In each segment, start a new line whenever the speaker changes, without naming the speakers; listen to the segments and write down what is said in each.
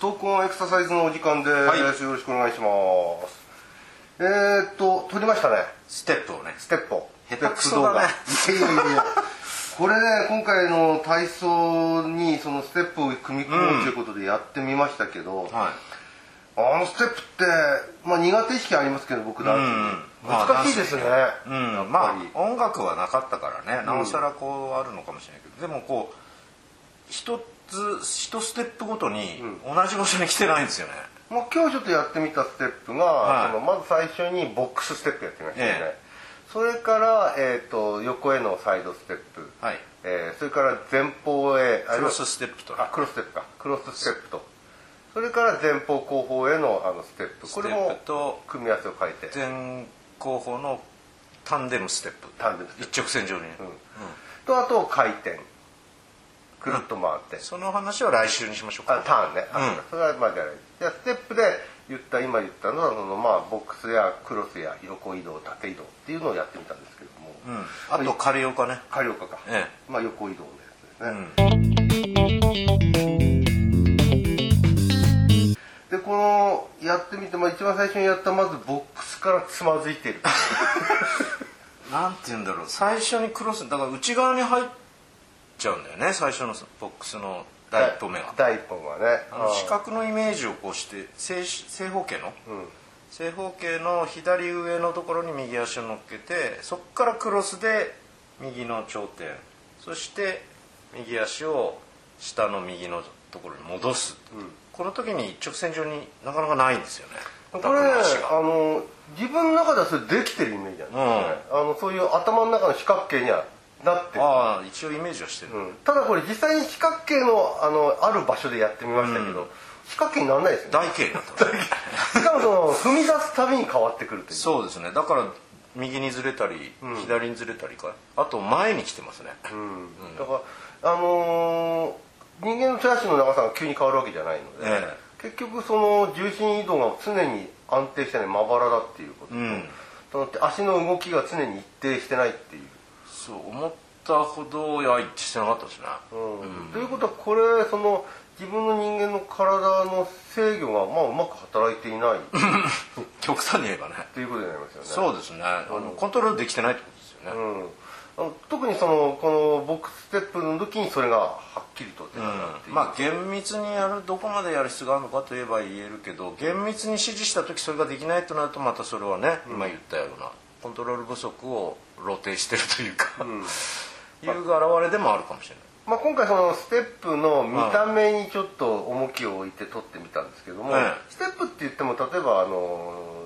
闘魂エクササイズのお時間です、
はい
よろしくお願いしますえー、っと撮りましたね
ステップをね
ステップ
下手くそだね
ステップ動画いやいやいやこれね今回の体操にそのステップを組み込もうということでやってみましたけど、
は
あのステップって、まあ、苦手意識ありますけど僕ダンスに、
うんまあ
難しいですね、
いうん
や
ま
っ
あ音楽はなかったからねなおさらこうあるのかもしれないけど、でもこう一つ一ステップごとに同じ場所に来てないんですよね、
もう今日ちょっとやってみたステップが、
はい
そのまず最初にボックスステップやってみましたよね、
え
それから、えー、と横へのサイドステップ、
はい
えーそれから前方へあ
クロスステップとね
あクロスステップかクロスステップとそれから前方後方へのあのステップこれ
ステッ
も
プと
組み合わせを変えて
前後方のタンデムステップ
タンデムステップ
一直線上にね、
ん
うん
とあと回転くるっと回って、
その話は来週にしましょう
あ
か
ターンね、あ
うん
それはまあじゃないじゃあステップで言った今言ったのはそのまあボックスやクロスや横移動縦移動っていうのをやってみたんですけども、
うん、あとカレオカね
火力か、
え
まあ横移動のやつですね、でこのやってみて、まあ、一番最初にやったまずボックスからつまずいてる
なんて言うんだろう最初にクロスだから内側に入っちゃうんだよね最初のボックスの第一歩目が
第一本はね
あの四角のイメージをこうして正正方形の、
うん
正方形の左上のところに右足を乗っけてそこからクロスで右の頂点そして右足を下の右のところに戻す、この時に一直線上になかなかないんですよね
これ
ダブル足が
あの自分の中ではそれできてるイメージなんですよね、あのそういう頭の中の四角形にはなってる
ああ一応イメージはしてる、
うんただこれ実際に四角形のあのある場所でやってみましたけど、四角形にならないですよね
台形になったね
しかもその踏み出すたびに変わってくるという
そうですねだから右にずれたり、左にずれたりかあと前に来てますね、
だからあのー人間の手足の長さが急に変わるわけじゃないので、
え
結局その重心移動が常に安定してないまばらだっていうことと、
うん
その足の動きが常に一定してないっていう、
そう思ったほどいや一致してなかったですね、
うんということはこれその自分の人間の体の制御がまあうまく働いていない
極端に言えばね
ということになりますよね
そうですねあのコントロールできてないってことですよね、
うんあの、特にそのこのボックスステップの時にそれがはっきりと出たなっていう、
まあ厳密にやるどこまでやる必要があるのかといえば言えるけど厳密に指示した時それができないとなるとまたそれはね、今言ったようなコントロール不足を露呈してるというか、 いうが表れでもあるかもしれない
まあ、今回そのステップの見た目にちょっと重きを置いて撮ってみたんですけども、
ええ
ステップって言っても例えばあの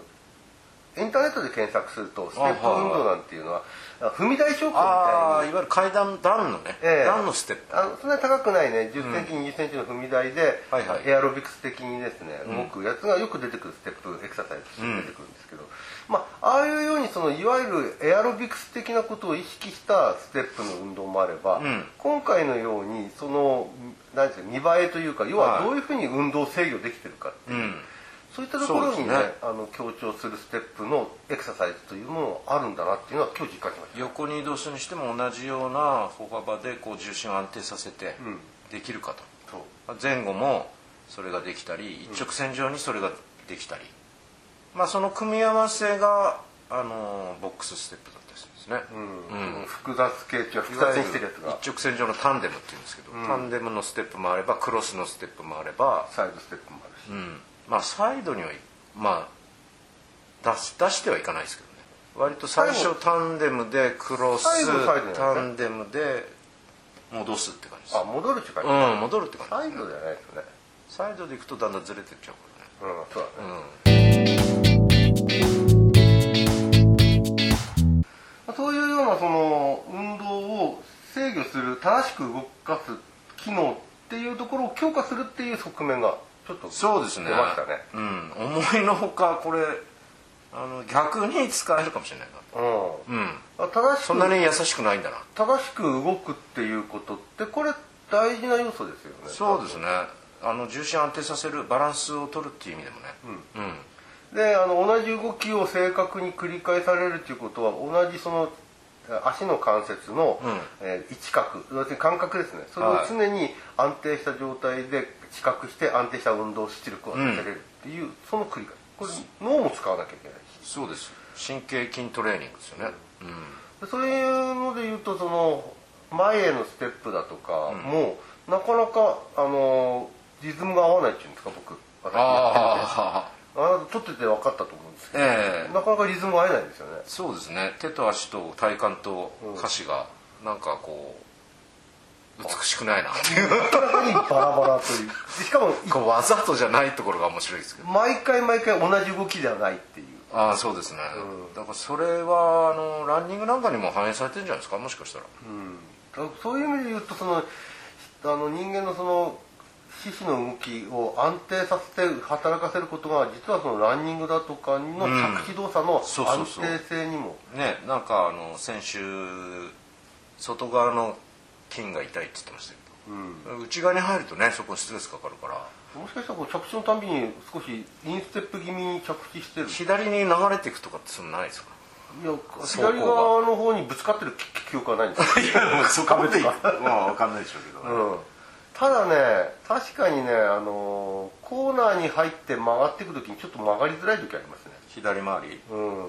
インターネットで検索するとステップ運動なんていうのは踏み台昇降みたい
ああ
に
いわゆる階段段のね、
ええ
段のステップ
あのそんなに高くないね10センチ、20センチの踏み台で、
はいはい
エアロビクス的にですね動くやつがよく出てくるステップエクササイズとして出てくるんですけど、まあああいうようにそのいわゆるエアロビクス的なことを意識したステップの運動もあれば、
ん
今回のようにその何ですか見栄えというか要は
はい
どういうふうに運動を制御できてるかっていう、
うん
そういったところにね
そうですね
あの強調するステップのエクササイズというものもあるんだなっていうのは今日実感しました。
横に移動するにしても同じような歩幅でこう重心を安定させて
ん
できるかと、
そう
前後もそれができたり一直線上にそれができたり、まあその組み合わせがあのーボックスステップだったりするんですね、
うん複雑系っていうか複雑にしてるやつが
一直線上のタンデムっていうんですけど、タンデムのステップもあればクロスのステップもあれば、
サイドステップもあるし、
うんまあサイドにはいまあ出し出してはいかないですけどね割と最
最
初タンデムでクロス、
最後サイドなんですね
タンデムで戻すって感じです
あ戻るって感じ、
うん戻るって感
サ
じ
イ
ですね
ドじゃないですね
サイドでいくとだんだんずれてっちゃうからね
うんそうだね、まあそういうようなその運動を制御する正しく動かす機能っていうところを強化するっていう側面がちょっと
そうですね
出ましたね
うん、思いのほかこれあの逆に使えるかもしれない
うん
なうん
あ正し
そんな
く
に優しくないんだな、
正しく動くっていうことってこれ大事な要素ですよね
そうですねあの重心安定させるバランスを取るっていう意味でもねうん、
であの同じ動きを正確に繰り返されるということは同じそのあ足の関節の、
うん
えー位置角要するに感覚ですねそれを常に安定した状態で比較して安定した運動出力を上げられるっていう、その繰り返しこれ脳も使わなきゃいけないし
そうです神経筋トレーニングですよね、
でそういうので言うとその前へのステップだとか、もうなかなかあのリズムが合わないっていうんですか僕私やってて
ああ
あなた撮ってて分かったと思うんですけど、
ええ
なかなかリズムが合えないんですよね
そうですね手と足と体幹と歌詞がなんかこう美しくないなっていう
明らかにバラバラというでしかも
こうわざとじゃないところが面白いですけど
毎回毎回同じ動きではないっていう
ああそうですね、だからそれはあのランニングなんかにも反映されてるんじゃないですかもしかしたら、
そういう意味で言うとそのあの人間のその四肢の動きを安定させて働かせることが実はそのランニングだとかの
ん
着地動作の
そうそうそう
安定性にも
ねなんかあの先週外側の筋が痛いって言ってましたけど、内側に入るとねそこにストレスかかるから
もしかしたらこう着地のたびに少しインステップ気味に着地してる
左に流れていくとかってそんなないですか
いや左側の方にぶつかってる記記憶はないんですよ
いやもうそ
こまでいい
まあ分かんないでしょうけど、
うんただね確かにねあのーコーナーに入って曲がっていく時にちょっと曲がりづらい時ありますね
左回り
うん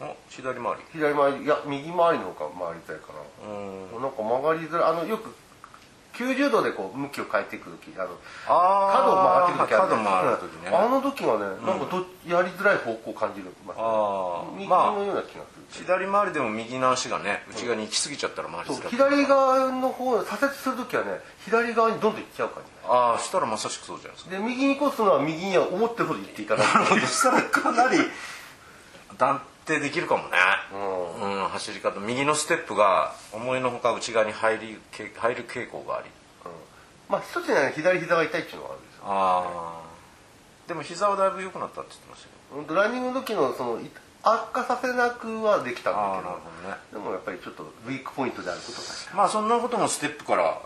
お左回り
左回りいや右回りの方が回りたいか
う
な、
ん
なんか曲がりづらいあのよく90度でこう向きを変えていく時あの角を曲がっ
あ
ていく時あるじゃないですか
角回る時ねあ
あの時はねなんかどっやりづらい方向を感じるます、
あー
右
ま
の
あ
ような気がする、
左回りでも右の足がね内側に行き過ぎちゃったら回りづ
そ
ら
う
い
左側の方左折する時はね左側にどんどん行っちゃう感じ
ああしたらまさしくそうじゃないですか
で右にこすのは右には思ってるほど行っていかない
そしたらかなり断定できるかもね、うん走り方右のステップが思いのほか内側に入りけ入る傾向があり
まあ一つにはね左膝が痛いっていうのがあるんですよ
あでも膝はだいぶ良くなったって言ってましたけど
ほんとランニングの時のそのい悪化させなくはできたんだ
なるほどね
けどでもやっぱりちょっとウィークポイントであることが、
まあそんなこともステップから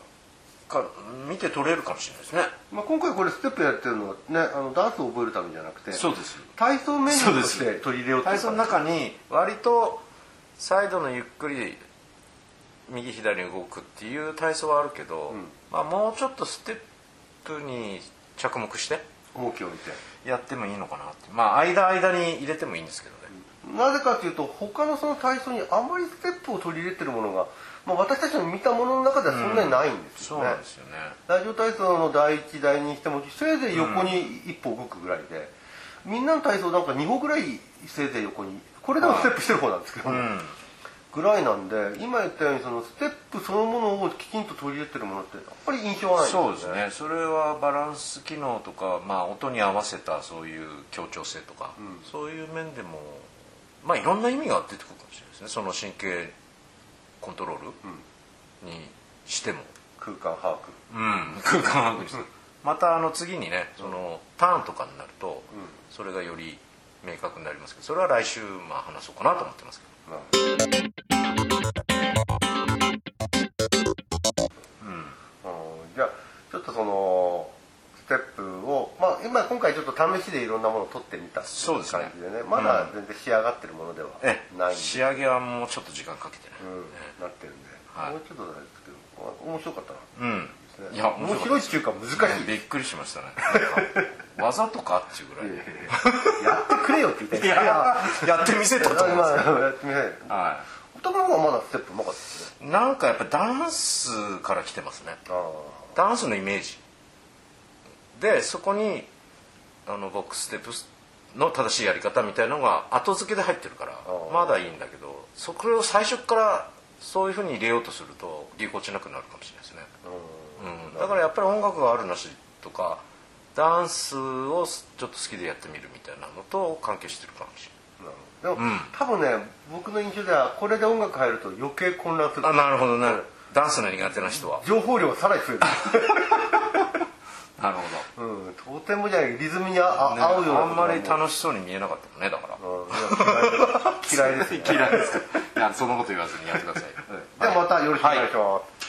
か見て取れるかもしれないですね
まあ、今回これステップやってるのはねあのダンスを覚えるためじゃなくて
そうです
体操メニューとし
そう
て取り入れようと
体操の中に割とサイドのゆっくり右左に動くっていう体操はあるけど、まあ、もうちょっとステップに着目して
重きを置いて
やってもいいのかなってまあ間間に入れてもいいんですけどね、
なぜかというと他のその体操にあまりステップを取り入れてるものが、まあ、私たちの見たものの中ではそんなにないんです
そ
よ
う
ね、
なんですよね
ラジオ体操の第1第2にしてもせいぜい横に一歩動くぐらいで、みんなの体操なんか2歩ぐらいせいぜい横にこれでもステップしてる方なんですけど、ねぐらいなんで今言ったようにそのステップそのものをきちんと取り入れてるものってやっぱり印象はない
そうですねそれはバランス機能とか、まあ、音に合わせたそういう協調性とか、そういう面でもまあいろんな意味が出てくるかもしれないですねその神経コントロールにしても、
空間把握
うん、 空間把握にしてもまたあの次にねそのターンとかになると、それがより明確になりますけどそれは来週まあ話そうかなと思ってますけど。
なうんじゃあちょっとそのステップを、まあ、今今回ちょっと試しでいろんなものを取ってみたってい
そう
う
ですね
感じでねまだ全然仕上がってるものでは
え
ない
え、
んで
仕上げはもうちょっと時間かけてね、
うんなってるんで、
はい
もうちょっとあれですけどまあ面白かったな
うん
ですね
いや
面白いっていうか難し
かった
い、
びっくりしましたねなんかわざとかっていうぐらい
やってくれよって言って
いややってみせたと
まあ
思い
ま
ますよ
あやってみない
は
男の方はまだステップうまかったですね
いなんかやっぱダンスから来てますね
あ
ダンスのイメージでそこにあのボックスステップの正しいやり方みたいのが後付けで入ってるから
ー
まだいいんだけどそこを最初からそういうふうに入れようとすると流行しなくなるかもしれないですね
あうん
うんだからやっぱり音楽があるなしとかダンスをちょっと好きでやってみるみたいなのと関係してるかもし
なるほどでも、多分ね僕の印象ではこれで音楽入ると余計混乱する
れないあなるほどねダンスの苦手な人は
情報量がさらに増える、
なるほ
うん、とてもじゃないリズムにあ
ど、ね
あ合うような
あんまり
も
楽しそうに見えなかったもんねだ から
ううん嫌いです嫌いですね
いやそんなこと言わずにやってください
ではまたよろしくお願いします、